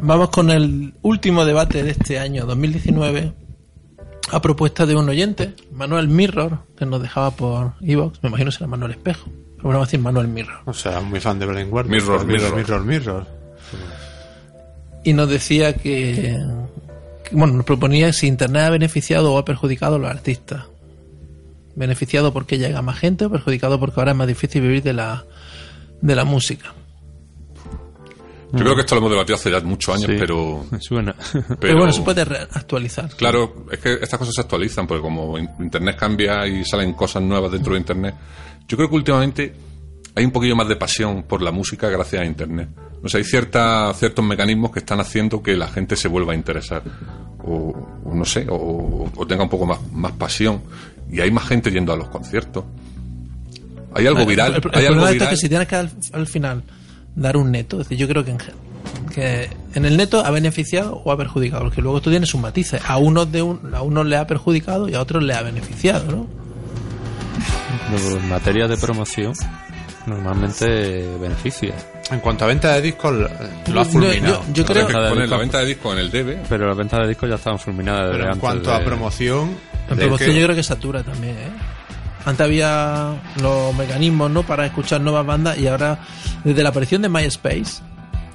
Vamos con el último debate de este año 2019 a propuesta de un oyente, Manuel Mirror, que nos dejaba por Evox, me imagino será Manuel Espejo, pero bueno, vamos a decir Manuel Mirror. O sea, muy fan de Belén Huerta. Mirror, mirror, mirror. mirror, mirror. Y nos decía que, que, bueno, nos proponía si Internet ha beneficiado o ha perjudicado a los artistas. Beneficiado porque llega más gente o perjudicado porque ahora es más difícil vivir de la, de la música. Yo creo que esto lo hemos debatido hace ya muchos años, Sí. pero, Me suena. Pero, pero- bueno, se puede re- actualizar. Claro, es que estas cosas se actualizan, porque como in- Internet cambia y salen cosas nuevas dentro de Internet, yo creo que últimamente hay un poquillo más de pasión por la música gracias a Internet. O sea, hay cierta, ciertos mecanismos que están haciendo que la gente se vuelva a interesar, o, o no sé, o, o tenga un poco más, más pasión. Y hay más gente yendo a los conciertos. Hay algo El- viral. Eh, El, el hay algo problema de esto viral. es que si tienes que al, al final dar un neto, es decir, yo creo que en, gen- que en el neto ha beneficiado o ha perjudicado, porque luego tú tienes sus matices. A unos de un, a unos le ha perjudicado y a otros le ha beneficiado, ¿no? Pero en materia de promoción, normalmente beneficia. En cuanto a venta de discos, lo Yo- ha fulminado. Yo, yo creo, Hay que La de poner la disco. venta de disco en el debe. Pero las ventas de discos ya estaban fulminadas desde Pero en antes cuanto de- a promoción, en de promoción que- yo creo que satura también, ¿eh? Antes había los mecanismos, ¿no? Para escuchar nuevas bandas y ahora, desde la aparición de MySpace,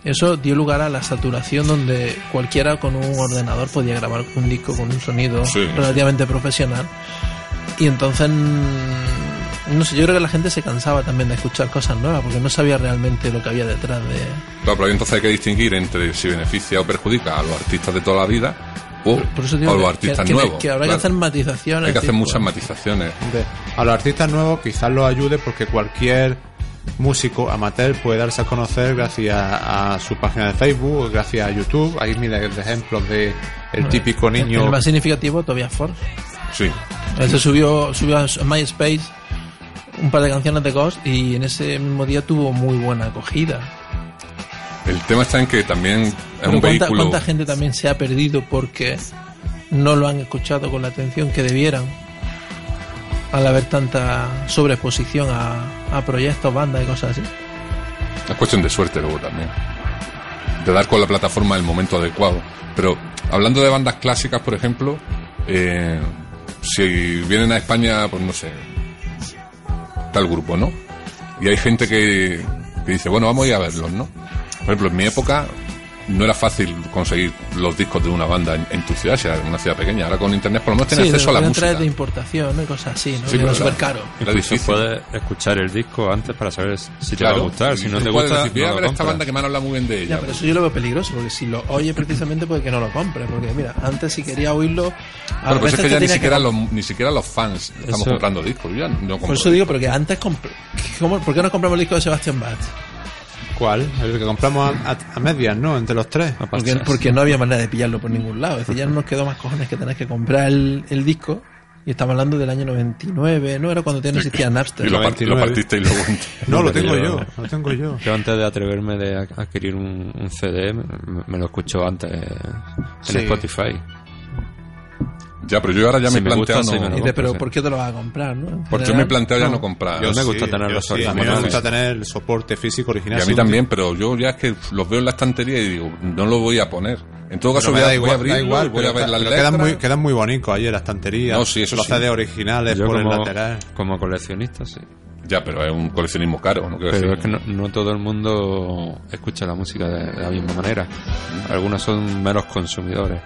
eso dio lugar a la saturación donde cualquiera con un ordenador podía grabar un disco con un sonido Sí. relativamente profesional. Y entonces, mm, no sé, yo creo que la gente se cansaba también de escuchar cosas nuevas porque no sabía realmente lo que había detrás de... Claro, pero ahí entonces hay que distinguir entre si beneficia o perjudica a los artistas de toda la vida o Por eso digo a los que- artistas que, que- nuevos. que habrá claro. que hacer matizaciones. Hay que hacer tipo, muchas matizaciones. de- a los artistas nuevos quizás los ayude porque cualquier músico amateur puede darse a conocer gracias a, a su página de Facebook, o gracias a YouTube. Hay miles de ejemplos de el típico niño El más significativo, todavía Ford. Sí. Él se subió, subió a MySpace un par de canciones de Ghost y en ese mismo día tuvo muy buena acogida. El tema está en que también es Pero un ¿cuánta, vehículo. cuánta gente también se ha perdido porque no lo han escuchado con la atención que debieran al haber tanta sobreexposición a, a proyectos, bandas y cosas así? Es cuestión de suerte luego también. De dar con la plataforma en el momento adecuado. Pero hablando de bandas clásicas, por ejemplo, eh, si vienen a España, pues no sé, tal grupo, ¿no? Y hay gente que, que dice, bueno, vamos a ir a verlos, ¿no? Por ejemplo, en mi época no era fácil conseguir los discos de una banda en, en tu ciudad, si era una ciudad pequeña. Ahora con internet por lo menos tienes Sí, acceso a la podían traer música. de importación ¿no? y cosas así, ¿no? Sí, Y pero era era- súper caro. Era Incluso difícil. puedes escuchar el disco antes para saber si te va a gustar. Si no Y te puedes gusta, decir, si voy no a lo ver esta compras". banda que me han hablado muy bien de ella. Ya, pero eso yo lo veo peligroso, porque si lo oye precisamente puede que no lo compre, porque mira, antes si quería oírlo... a Claro, pero veces pues es que ya te ni tenías que siquiera, los, ni siquiera los fans estamos Eso- comprando discos. Yo ya no compro Por eso discos. digo, pero que antes compr- ¿cómo- ¿por qué no compramos el disco de Sebastián Bach? ¿Cuál? El que compramos a, a- a medias, ¿no? Entre los tres. No pasa Porque, nada. porque no había manera de pillarlo por ningún lado. Es decir, ya no nos quedó más cojones que tener que comprar el, el disco. Y estamos hablando del año 99, ¿no? Era cuando todavía no existía Y Napster. lo, part- lo 99. partiste y luego. No, lo pero tengo yo- yo, lo tengo yo. Yo antes de atreverme de a- adquirir un, un CD, me, me lo escucho antes en Sí. Spotify. Ya, pero yo ahora ya Si me he me gusta, planteado sí me no, lo Y dice, pero sí. ¿por qué te lo vas a comprar? ¿no? porque yo me he planteado ya no comprar. Yo me gusta sí, tener yo los sí, a mí me originales. gusta tener el soporte Y físico original. a sí, mí un- también, pero yo ya es que los veo en la estantería y digo, no los voy a poner. En todo caso, Pero me voy, a, da igual, voy a da abrirlo, voy igual, a pero ver que- las pero letras. Quedan muy, quedan muy bonitos ahí en la estantería. No, sí, eso Los sí. CD originales Yo por el como, lateral. como coleccionista, sí. Ya, pero es un coleccionismo caro, no quiero Pero decir. es que no, no todo el mundo escucha la música de, de la misma manera. Algunos son meros consumidores.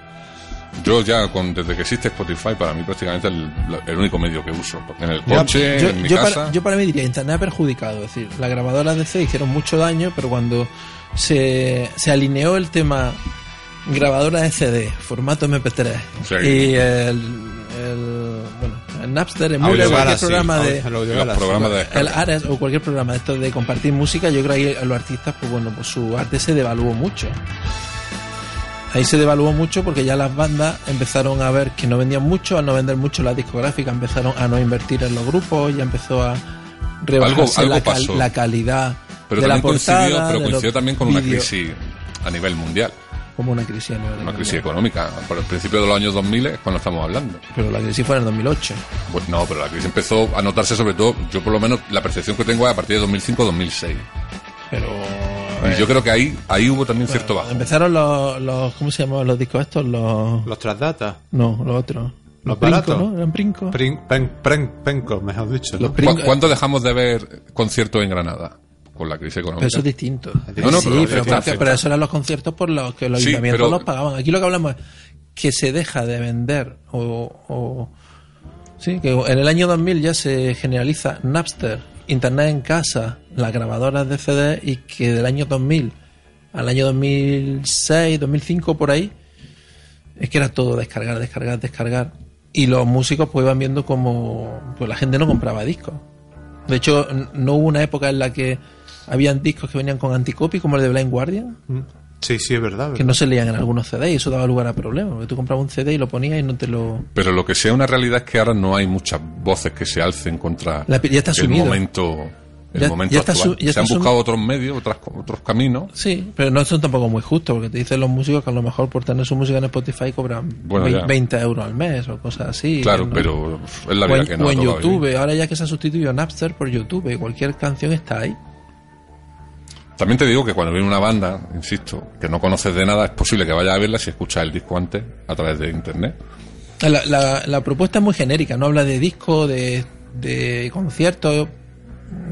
Yo ya, con, desde que existe Spotify, para mí prácticamente el, el único medio que uso. Porque en el Yo- coche, yo, en mi yo casa... Para, yo para mí diría, Internet ha perjudicado. Es decir, las grabadoras de C hicieron mucho daño, pero cuando se, se alineó el tema grabadora de CD, formato MP3, Sí. y el, el- bueno, el Napster, el Mule, Audio cualquier Galaxy, este programa audio- de... el Audio los Galaxy. programas de El descarga. Ares o cualquier programa de estos de compartir música, yo creo que ahí los artistas, pues bueno, pues su arte se devaluó mucho. Ahí se devaluó mucho porque ya las bandas empezaron a ver que no vendían mucho, al no vender mucho la discográfica, empezaron a no invertir en los grupos, ya empezó a rebajarse Algo- algo la, cal- pasó. la calidad Pero de la también portada. coincidió, pero de los coincidió también con una vídeos. crisis a nivel mundial. Como una crisis. ¿no? Una crisis económica. Por el principio de los años 2000 es cuando estamos hablando. Pero la crisis fue en el 2008. Pues no, pero la crisis empezó a notarse sobre todo, yo por lo menos la percepción que tengo es a partir de 2005-2006. Pero... Y yo creo que ahí, ahí hubo también cierto bajo. Empezaron los, los... ¿Cómo se llamaban los discos estos? Los... Los Trasdata. No, los otros. brincos, Los baratos. ¿no? Eran brincos. Prin- pen- pen- Penco, mejor dicho. ¿no? Los ¿Cu- brincos. ¿Cuándo dejamos de ver conciertos en Granada? Con la crisis Pero económica. eso es distinto. No, no, sí, pero- pero, pero- porque- pero- pero eso eran los conciertos por los que los Sí, ayuntamientos pero- los pagaban. Aquí lo que hablamos es que se deja de vender o, o- Sí, que en el año 2000 ya se generaliza Napster, Internet en casa, las grabadoras de CD y que del año 2000 al año 2006, 2005 por ahí, es que era todo descargar, descargar, descargar. Y los músicos pues iban viendo como pues la gente no compraba discos. De hecho, n- no hubo una época en la que habían discos que venían con anticopy, como el de Blind Guardian, Mm. Sí, sí, es verdad. que no se leían en algunos CDs y eso daba lugar a problemas. Porque tú comprabas un CD y lo ponías y no te lo. Pero lo que sea una realidad es que ahora no hay muchas voces que se alcen contra La pi- ya está el asumido. momento, el Ya- momento ya está actual. asu- ya se está han asum- buscado otros medios, otras, co- otros caminos. Sí, pero no son tampoco muy justos, porque te dicen los músicos que a lo mejor por tener su música en Spotify cobran Bueno, vein- ya. 20 euros al mes o cosas así. Claro, ¿no? pero es la o vida en, que no o en toca vivir. YouTube, ahora ya que se ha sustituido Napster por YouTube, cualquier canción está ahí. También te digo que cuando viene una banda, insisto, que no conoces de nada, es posible que vayas a verla si escuchas el disco antes a través de internet. La, la- la propuesta es muy genérica, no habla de disco, de, de conciertos.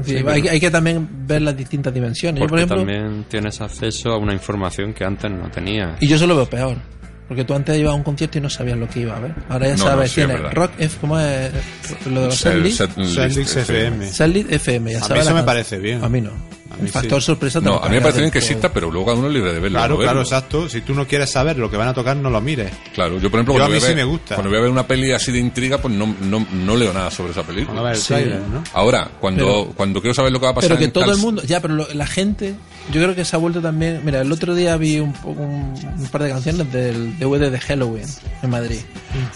Sí, hay, hay que también ver las distintas dimensiones. Yo, por Porque ejemplo, también tienes acceso a una información que antes no tenías. Y yo eso lo veo peor. Porque tú antes ibas a un concierto y no sabías lo que iba a ver. Ahora ya No, no, sabes, sí, es tienes verdad. rock, F, ¿cómo es lo de los El setlist? set list, Sendix ese. FM. Setlist FM, ya A mí sabes eso la me can- parece bien. A mí no. A mí El factor sí. sorpresa te No, lo a mí me cargas parece bien del que juego. exista, pero luego cada uno es libre de verlo. Claro, no verlo. claro, exacto. Si tú no quieres saber lo que van a tocar, no lo mires. Claro, yo por ejemplo, Yo cuando, a mí voy sí ver, me gusta. cuando voy a ver una peli así de intriga, pues no, no, no leo nada sobre esa Cuando película. ves el Sí. trailer, ¿no? Ahora, cuando, Pero- cuando quiero saber lo que va a pasar. Pero que en todo tal- el mundo, ya, pero lo- la gente, yo creo que se ha vuelto también. Mira, el otro día vi un, poco- un, un par de canciones del DVD de Halloween en Madrid.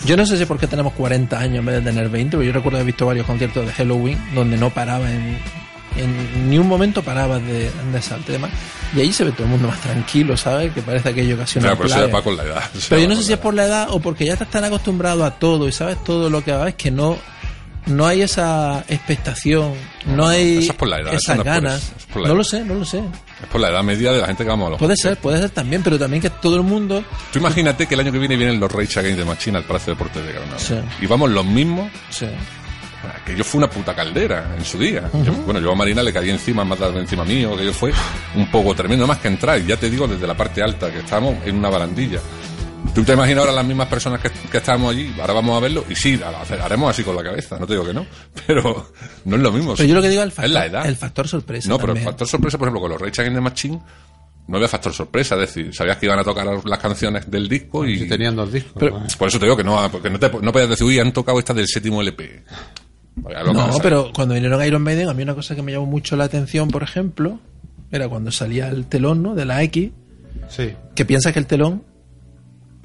Yo no sé si por qué tenemos 40 años en vez de tener 20, pero yo recuerdo haber visto varios conciertos de Halloween donde no paraba en. en ni un momento paraba de, de salte y demás. Y ahí se ve todo el mundo más tranquilo, ¿sabes? Que parece aquello casi una Claro, pero eso ya plaga. va con la edad. eso Pero ya yo no va sé con si la es por la edad o porque ya estás tan acostumbrado a todo y sabes todo lo que va, es que no, no hay esa expectación, no hay eso es por la edad, eso esas no es por ganas. eso, es por la no edad. lo sé, no lo sé. edad. Es por la edad media de la gente que vamos a los. Puede ser, puede ser también, pero también que todo el mundo... Tú imagínate que el año que viene vienen los Rage Against de Machina al Palacio de Deportes de Granada. Sí. Y vamos los mismos. Sí. Aquello fue una puta caldera en su día. Yo- bueno, yo a Marina le caí encima, matado encima mío. Aquello fue un poco tremendo. Nada más que entrar, y ya te digo, desde la parte alta que estábamos en una barandilla. Tú te imaginas ahora las mismas personas que, que estábamos allí. Ahora vamos a verlo. Y sí, ha- haremos así con la cabeza. No te digo que no. Pero no es lo mismo. Pero yo lo que digo es el Es factor, la edad. El factor sorpresa. No, pero el también. factor sorpresa, por ejemplo, con los Rage Against the Machine, no había factor sorpresa. Es decir, sabías que iban a tocar las canciones del disco y. Si tenían dos discos. Pero- bueno. Por eso te digo que no, ah, porque no, te, no podías decir, uy, han tocado estas del séptimo LP. Vaya, lo que vas a No, saber. pero cuando vinieron a Iron Maiden, a mí una cosa que me llamó mucho la atención, por ejemplo, era cuando salía el telón ¿no? de la X, Sí. que piensas que el telón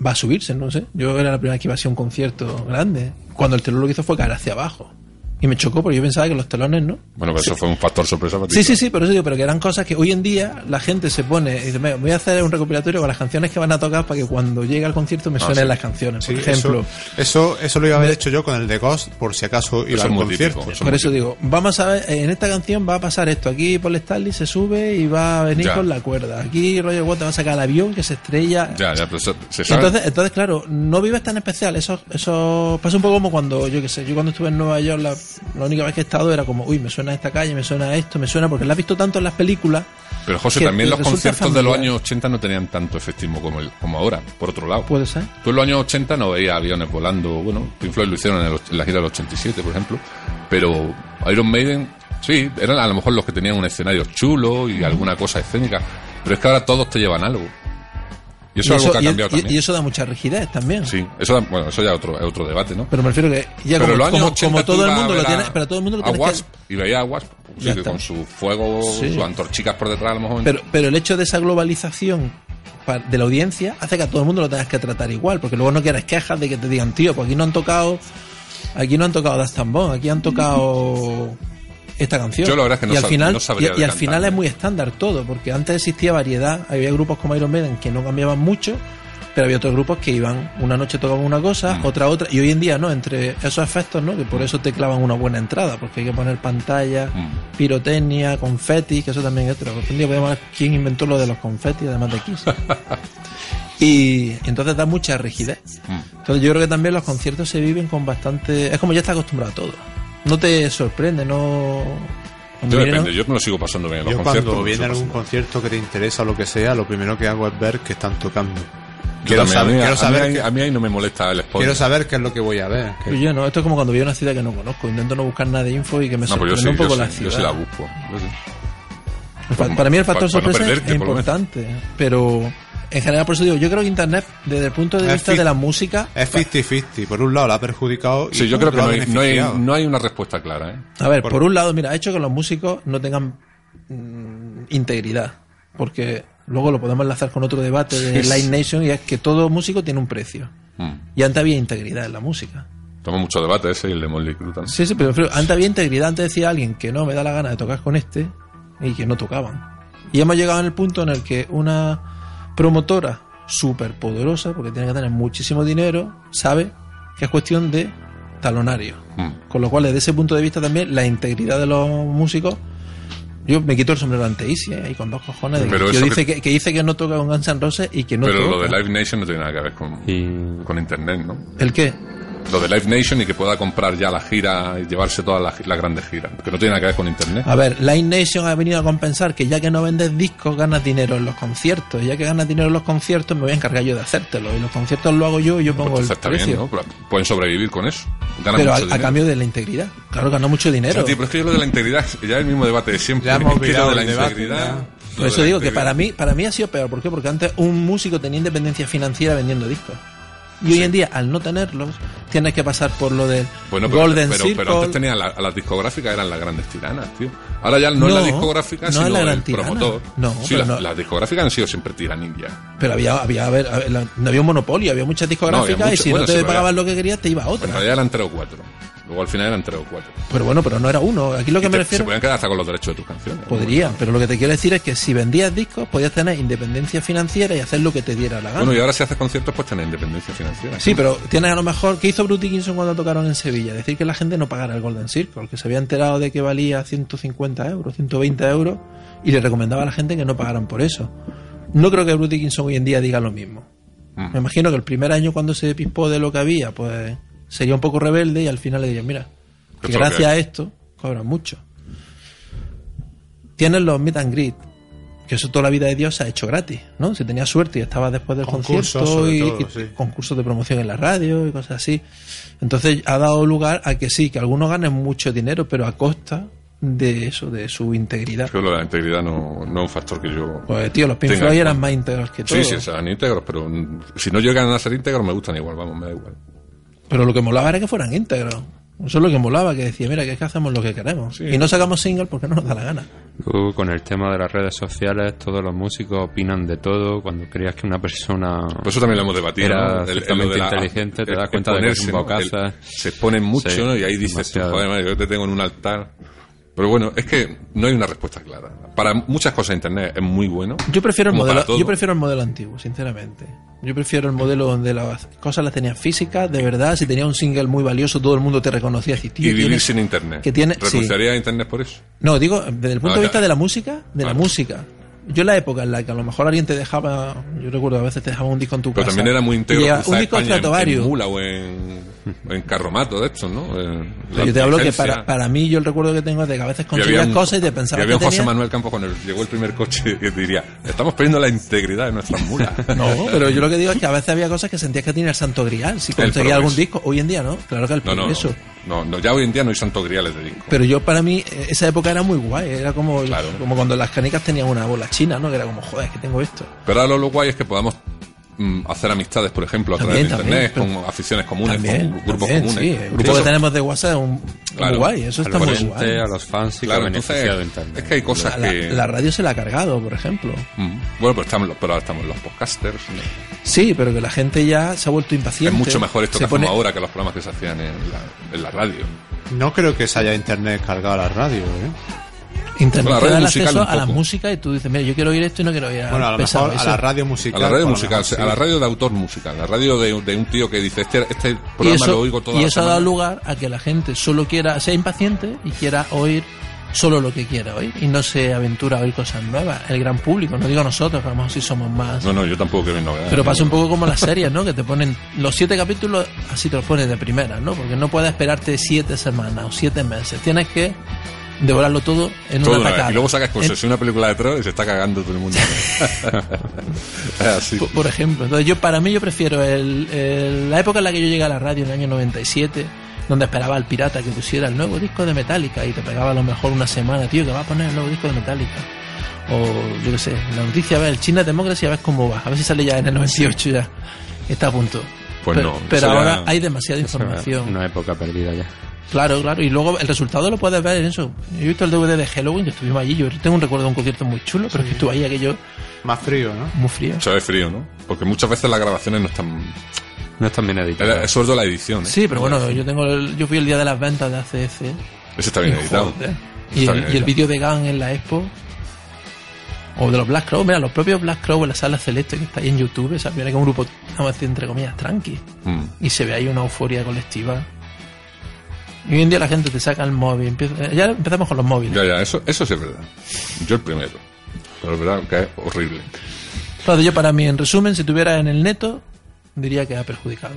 va a subirse, no sé. Yo era la primera vez que iba a ser un concierto grande. Cuando el telón lo que hizo fue caer hacia abajo. Y me chocó porque yo pensaba que los telones no. Bueno, pero eso fue un factor sorpresa para ti. Sí, sí, sí, por eso digo, pero que eran cosas que hoy en día la gente se pone y dice, "Me- voy a hacer un recopilatorio con las canciones que van a tocar para que cuando llegue al concierto me suenen las canciones, Ah, Sí, por ejemplo. Eso, eso, eso lo iba a haber hecho yo con el de Ghost, por si acaso iba Eso al es muy concierto. típico. Por eso digo, vamos a ver, en esta canción va a pasar esto. Aquí Paul Stanley se sube y va a venir Ya. con la cuerda. Aquí Roger Waters va a sacar el avión que se estrella. Ya, ya, pero eso- se sabe. Pues Entonces, entonces, claro, no vives tan especial. Eso, eso pasa un poco como cuando, yo qué sé, yo cuando estuve en Nueva York, la, la única vez que he estado era como, uy, me suena esta calle, me suena esto, me suena, porque la has visto tanto en las películas. pero José, que también te los resulta conciertos de los familiar. años 80 no tenían tanto efectismo como, el- como ahora, por otro lado. Puede ser. Tú en los años 80 no veías aviones volando. Bueno, Pink Floyd lo hicieron en, el och- en la gira del 87, por ejemplo. Pero Iron Maiden, sí, eran a lo mejor los que tenían un escenario chulo y alguna cosa escénica. Pero es que ahora todos te llevan algo. Y eso es algo que ha y- cambiado y- también. y eso da mucha rigidez también. Sí, eso, da- bueno, eso ya es otro, es otro debate, ¿no? Pero me refiero que ya pero como, los años como- 80 como tú todo el ibas a mundo ver lo a- tiene, pero todo el mundo lo a tiene Wasp y veía a Wasp pues, sí, Ya que está. con su fuego, Sí. sus antorchicas por detrás, a lo mejor. Pero, pero el hecho de esa globalización pa- de la audiencia hace que a todo el mundo lo tengas que tratar igual, porque luego no quieras quejas de que te digan, tío, pues aquí no han tocado, aquí no han tocado Das Tambón, aquí han tocado esta canción. Yo la verdad es que no y al sab- final, no sabría y, y al decantarme. final es muy estándar todo, porque antes existía variedad, había grupos como Iron Maiden que no cambiaban mucho, pero había otros grupos que iban, una noche tocaban una cosa, Mm. otra otra, y hoy en día no, entre esos efectos, ¿no? Que por eso te clavan una buena entrada, porque hay que poner pantalla, Mm. pirotecnia, confetis, que eso también es otro. Un día podemos ver quién inventó lo de los confetis, además de Kiss. y entonces da mucha rigidez. Mm. Entonces yo creo que también los conciertos se viven con bastante... Es como ya está acostumbrado a todo. No te sorprende, no... Cuando Yo vinieron- depende, yo me lo sigo pasando bien en los Yo conciertos. cuando me viene lo sigo algún concierto que te interesa o lo que sea, lo primero que hago es ver que están tocando. pasando. Quiero Yo también, saber, a mí- quiero a saber mí, que- ahí- a mí ahí no me molesta el spoiler. Quiero saber qué es lo que voy a ver. que- Pero yo no, esto es como cuando vivo en una ciudad que no conozco, intento no buscar nada de info y que me no, pero sorprenda yo sí, un poco yo, la sí, yo ciudad. sí la busco. Yo sí. El fa- Para- para mí el factor para- para no sorpresa perderte, es por lo menos. importante, pero en general por eso digo, yo creo que Internet desde el punto de Es vista fi- de la música Es 50-50. Por un lado la ha perjudicado y Sí, yo por creo que otro no lado hay, no, beneficiado. hay, no hay una respuesta clara, ¿eh? A ver, Por- por, un lado, mira, ha hecho que los músicos no tengan mm, integridad, porque luego lo podemos enlazar con otro debate de Sí. Live Nation y es que todo músico tiene un precio. Mm. Y antes había integridad en la música. Toma mucho debate ese y el de Molly Crew también. Sí, sí, pero me refiero, antes había integridad, antes decía alguien que no me da la gana de tocar con este y que no tocaban. Y hemos llegado en el punto en el que una promotora súper poderosa, porque tiene que tener muchísimo dinero, sabe que es cuestión de talonario. Mm. Con lo cual, desde ese punto de vista también, la integridad de los músicos. Yo me quito el sombrero ante Isi, ¿eh? ahí con dos cojones. de- Pero yo eso dice que... Que, dice que no toca con Guns N' Roses y que no Pero toca. lo de Live Nation no tiene nada que ver con, Y- con Internet, ¿no? ¿El qué? Lo de Live Nation y que pueda comprar ya la gira y llevarse todas las las grandes giras. Que no tiene nada que ver con Internet. A ver, Live Nation ha venido a compensar que ya que no vendes discos, ganas dinero en los conciertos. Y ya que ganas dinero en los conciertos, me voy a encargar yo de hacértelo. Y los conciertos lo hago yo y yo pongo Entonces Pues el está precio. bien, ¿no? Pero Pueden sobrevivir con eso. Ganan Pero mucho a, a dinero. cambio de la integridad. Claro, ganó mucho O sea, dinero. tío, pero es que yo lo de la integridad, ya es el mismo debate de siempre. Ya hemos Es que lo virado de la el debate, integridad. ya. lo Por de eso la digo que integridad. para mí, para mí ha sido peor. ¿Por qué? Porque antes un músico tenía independencia financiera vendiendo discos. Y hoy en día, al no tenerlos, tienes que pasar por lo del Bueno, pero, Golden pero, pero Circle. antes tenía la- a las discográficas, eran las grandes tiranas, tío. Ahora ya no, es la No, discográfica, no sino es la gran el tirana. promotor. No, sí, pero las, no. las discográficas han sido siempre tiranillas. Pero había, había, a ver, a ver, la- no había un monopolio, había muchas discográficas No, había y si mucho- bueno, no te sí, pero pagabas había- lo que querías, te iba a Bueno, en otra. realidad eran tres o cuatro. Luego al final eran tres o cuatro. Pero bueno, pero no era uno. Aquí lo que Y te- se me refiero. Pues podían quedar hasta con los derechos de tus canciones. Podrían, pero lo que te quiero decir es que si vendías discos, podías tener independencia financiera y hacer lo que te diera la gana. Bueno, y ahora si haces conciertos, pues tenés independencia financiera. Ah. Sí, pero tienes a lo mejor. ¿Qué hizo Bruce Dickinson cuando tocaron en Sevilla? Decir que la gente no pagara el Golden Circle, que se había enterado de que valía 150 euros, 120 euros, y le recomendaba a la gente que no pagaran por eso. No creo que Bruce Dickinson hoy en día diga lo mismo. Ah. Me imagino que el primer año, cuando se pispó de lo que había, pues sería un poco rebelde y al final le dirían: Mira, que Esto es lo que gracias hay". a esto cobran mucho. Tienes los meet and greet, que eso toda la vida de Dios se ha hecho gratis, ¿no? Si tenías suerte y estabas después del Concursos, concierto sobre y, todo, y sí. concursos de promoción en la radio y cosas así. Entonces ha dado lugar a que sí, que algunos ganen mucho dinero, pero a costa de eso, de su integridad. Es que lo de la integridad no, no es un factor que yo... Pues tío, los Pink Tenga- Floyd eran más íntegros que todos. Sí, sí, serán íntegros, pero mm, si no llegan a ser íntegros me gustan igual, vamos, me da igual. Pero lo que molaba era que fueran íntegros. Eso es lo que molaba, que decía, mira, que es que hacemos lo que queremos. Y no sacamos single porque no nos da la gana. Luego, con el tema de las redes sociales, todos los músicos opinan de todo. Cuando creías que una persona Por eso también lo hemos debatido. Era ¿no? ciertamente lo de inteligente, te das cuenta de que es un ¿no? bocaza. El- se exponen mucho Sí, ¿no? y ahí dices, tú, demasiado. joder, madre, yo te tengo en un altar. Pero bueno, es que no hay una respuesta clara. Para muchas cosas Internet es muy bueno. Yo prefiero, el como modelo, para todo. yo prefiero el modelo antiguo, sinceramente. Yo prefiero el modelo donde las cosas las tenías físicas, de verdad. Si tenía un single muy valioso, todo el mundo te reconocía. decía, y "Tío, vivir tienes- sin Internet. que tiene- sí. ¿Renunciaría a Internet por eso? No, digo, desde el punto Ah, de vista claro. de la música, de la Ah. música. Yo en la época en la que a lo mejor alguien te dejaba, yo recuerdo a veces te dejaba un disco en tu Pero casa. también era muy Y íntegro llega cruzar un disco España en- en, Stratovarius. mula o en, o en carromato de estos, ¿no? En la Yo te hablo que diligencia. para, para mí, yo el recuerdo que tengo es de que a veces Y conseguías un- cosas y te pensabas y había que un José tenías- Manuel Campos cuando llegó el primer coche y diría, estamos perdiendo la integridad de nuestras mulas. No, pero yo lo que digo es que a veces había cosas que sentías que tenía el santo grial. Si conseguías progreso. algún disco, hoy en día no, claro que el No, no, progreso. no, no, ya hoy en día no hay santos griales de disco. Pero yo para mí, eh, esa época era muy guay. Era como, Claro. como cuando las canicas tenían una bola china, ¿no? Que era como, joder, es que tengo esto. Pero ahora lo guay es que podamos mm, hacer amistades, por ejemplo, a También, través de internet, también, con aficiones comunes, También, con grupos también, comunes. sí. El Eso- grupo que tenemos de WhatsApp es un, ¿eh? Claro. muy guay. Eso a está los muy oyentes, guay. a los fans sí que Claro, ha entonces beneficiado Internet. es que hay cosas La, que... la radio se la ha cargado, por ejemplo. Mm, Bueno, pero, estamos, pero ahora estamos los podcasters. Sí, pero que la gente ya se ha vuelto Es impaciente. mucho mejor esto Se que hacemos pone- ahora que los programas que se hacían en la, en la radio. No creo que se haya internet cargado a la radio, ¿eh. Internet La te radio da el musical acceso un a la poco. música y tú dices, mira, yo quiero oír esto y no quiero oír Bueno, a lo pesado, mejor a eso. la radio musical. A la radio por lo musical, mejor, a la sí. radio de autor musical, a la radio de, de un tío que dice, este, este Y programa eso, lo oigo toda y la eso ha dado semana". lugar a que la gente solo quiera, sea impaciente y quiera oír solo lo que quiera oír y no se aventura a oír cosas nuevas. El gran público, no digo nosotros, que a lo mejor sí somos más. No, no, yo tampoco quiero novedades. Pero No, pasa eh. un poco como las series, ¿no? Que te ponen los siete capítulos, así te los ponen de primera, ¿no? Porque no puedes esperarte siete semanas o siete meses. Tienes que devorarlo todo en Todo de una una vez. patada. Y luego sacas con En- Scorsese una película de terror y se está cagando todo el mundo. Es Así. Por, por ejemplo, entonces yo para mí yo prefiero el, el- la época en la que yo llegué a la radio en el año 97, donde esperaba al pirata que pusiera el nuevo disco de Metallica y te pegaba a lo mejor una semana, tío, que va a poner el nuevo disco de Metallica. O yo qué sé, la noticia, a ver, el China Democracy, a ver cómo va, a ver si sale ya en el 98 ya. Está a punto. Pues pero, no, eso pero ya- ahora hay demasiada Eso era información. Una época perdida ya. Claro, claro. Y luego el resultado lo puedes ver en eso. Yo he visto el DVD de Halloween, que estuvimos allí. Yo tengo un recuerdo de un concierto muy chulo, pero es que estuve ahí aquello Más frío, ¿no? muy frío. Se ve frío, ¿no? Porque muchas veces las grabaciones no están. No están bien editadas. Eh, Sobre todo la edición, ¿eh? Sí, pero bueno, yo tengo el- yo fui el día de las ventas de ACF. Ese está bien y, editado. joder, Está y bien el, y el editado. vídeo de Gun en la Expo. O de los Black Crow. Mira, los propios Black Crow en la sala celeste que está ahí en YouTube. ¿sabes? Viene que es un grupo, vamos a decir, entre comillas, tranqui. Mm. Y se ve ahí una euforia colectiva. Y hoy en día la gente te saca el móvil. empieza- eh, ya empezamos con los móviles. Ya, ya, eso, eso sí es verdad. Yo el primero. Pero es verdad que es horrible. Entonces yo para mí, en resumen, si tuviera en el neto, diría que ha perjudicado.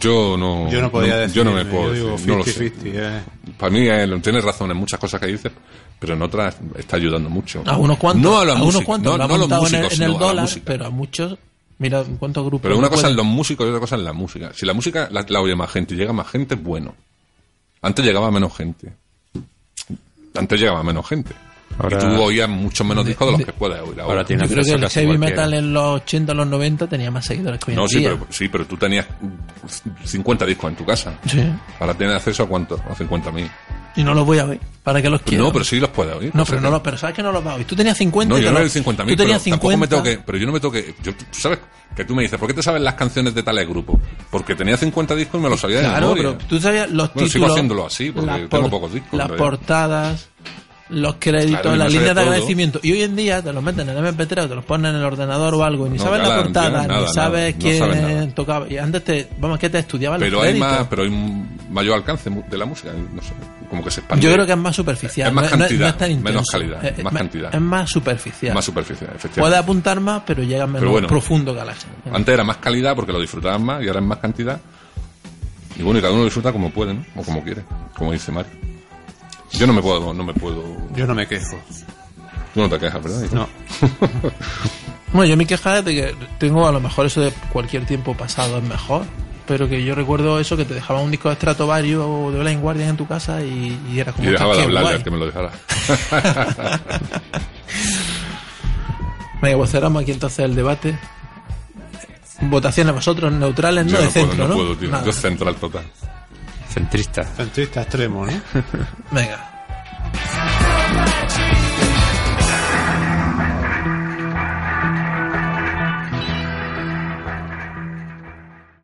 Yo no. Yo no podía decir. Yo no me puedo digo decir, no lo sé. 50-50, eh. Para mí, eh, lo- tienes razón en muchas cosas que dices, pero en otras está ayudando mucho. A unos cuantos. No a los unos músicos, cuantos. no- lo ha no a los montado en el- músicos, en el, sino a la dólar, música. pero a muchos. Mira, ¿cuántos grupos? Pero no una cosa pueden- en los músicos y otra cosa en la música. Si la música la, la oye más gente y llega más gente, es bueno. Antes llegaba menos gente. Antes llegaba menos gente. Ahora- y tú oías muchos menos discos de los de- que puedes oír ahora. ahora tiene Yo creo que acceso el casi heavy cualquiera. metal en los 80, los 90 tenía más seguidores que hoy en no, sí día. pero, sí, pero tú tenías 50 discos en tu casa. Sí. Ahora tienes acceso a cuánto? A 50.000. Y no los voy a ver. ¿Para qué los quiero? No, pero sí los puedes oír. No, O sea pero, que- no los, pero sabes que no los va a oír. Tú tenías 50. No, y te yo no los- era el 50.000, Tú pero tenías 50. tampoco me tengo que... Pero yo no me tengo que... Yo, tú ¿Sabes? Que tú me dices, ¿por qué te sabes las canciones de tales grupos? Porque tenía 50 discos y me los sabía de Claro, memoria. pero tú sabías los Bueno, títulos. sigo haciéndolo así, porque las tengo por- pocos discos, en Las realidad. portadas, los créditos, Claro, y no las sabes líneas de todo. agradecimiento. Y hoy en día te los meten en el MP3 o te los ponen en el ordenador o algo y ni No, sabes ya la la- portada, ya ni nada, nada, sabes no quién sabes nada. tocaba. Y antes te, vamos, que te estudiaban Pero los hay créditos. más, pero hay un mayor alcance mu- de la música, no sé, como que se expande. Yo creo que es más superficial. Es más no- no no cantidad, es tan menos intenso. calidad, Es- es más cantidad. Es más superficial. más superficie, efectivamente. Puede apuntar más, pero llega menos Pero bueno. profundo que a la gente. Antes era más calidad porque lo disfrutaban más y ahora es más cantidad. Y bueno, y cada uno lo disfruta como puede, ¿no? O como quiere, como dice Mario. Yo no me puedo, no me puedo. Yo no me quejo. Tú no te quejas, ¿verdad? No. Bueno, yo mi queja es de que tengo a lo mejor eso de cualquier tiempo pasado es mejor, pero que yo recuerdo eso que te dejaban un disco de Stratovarius o de Blind Guardian en tu casa y, y era como Y dejaba de "Hostia, qué hablar guay". ya que me lo dejara. Venga, pues cerramos aquí entonces el debate. Votaciones vosotros neutrales, no Yo de no puedo, centro, no ¿no? puedo, tío. Nada. Yo central total. Centrista. Centrista extremo, ¿no? Venga.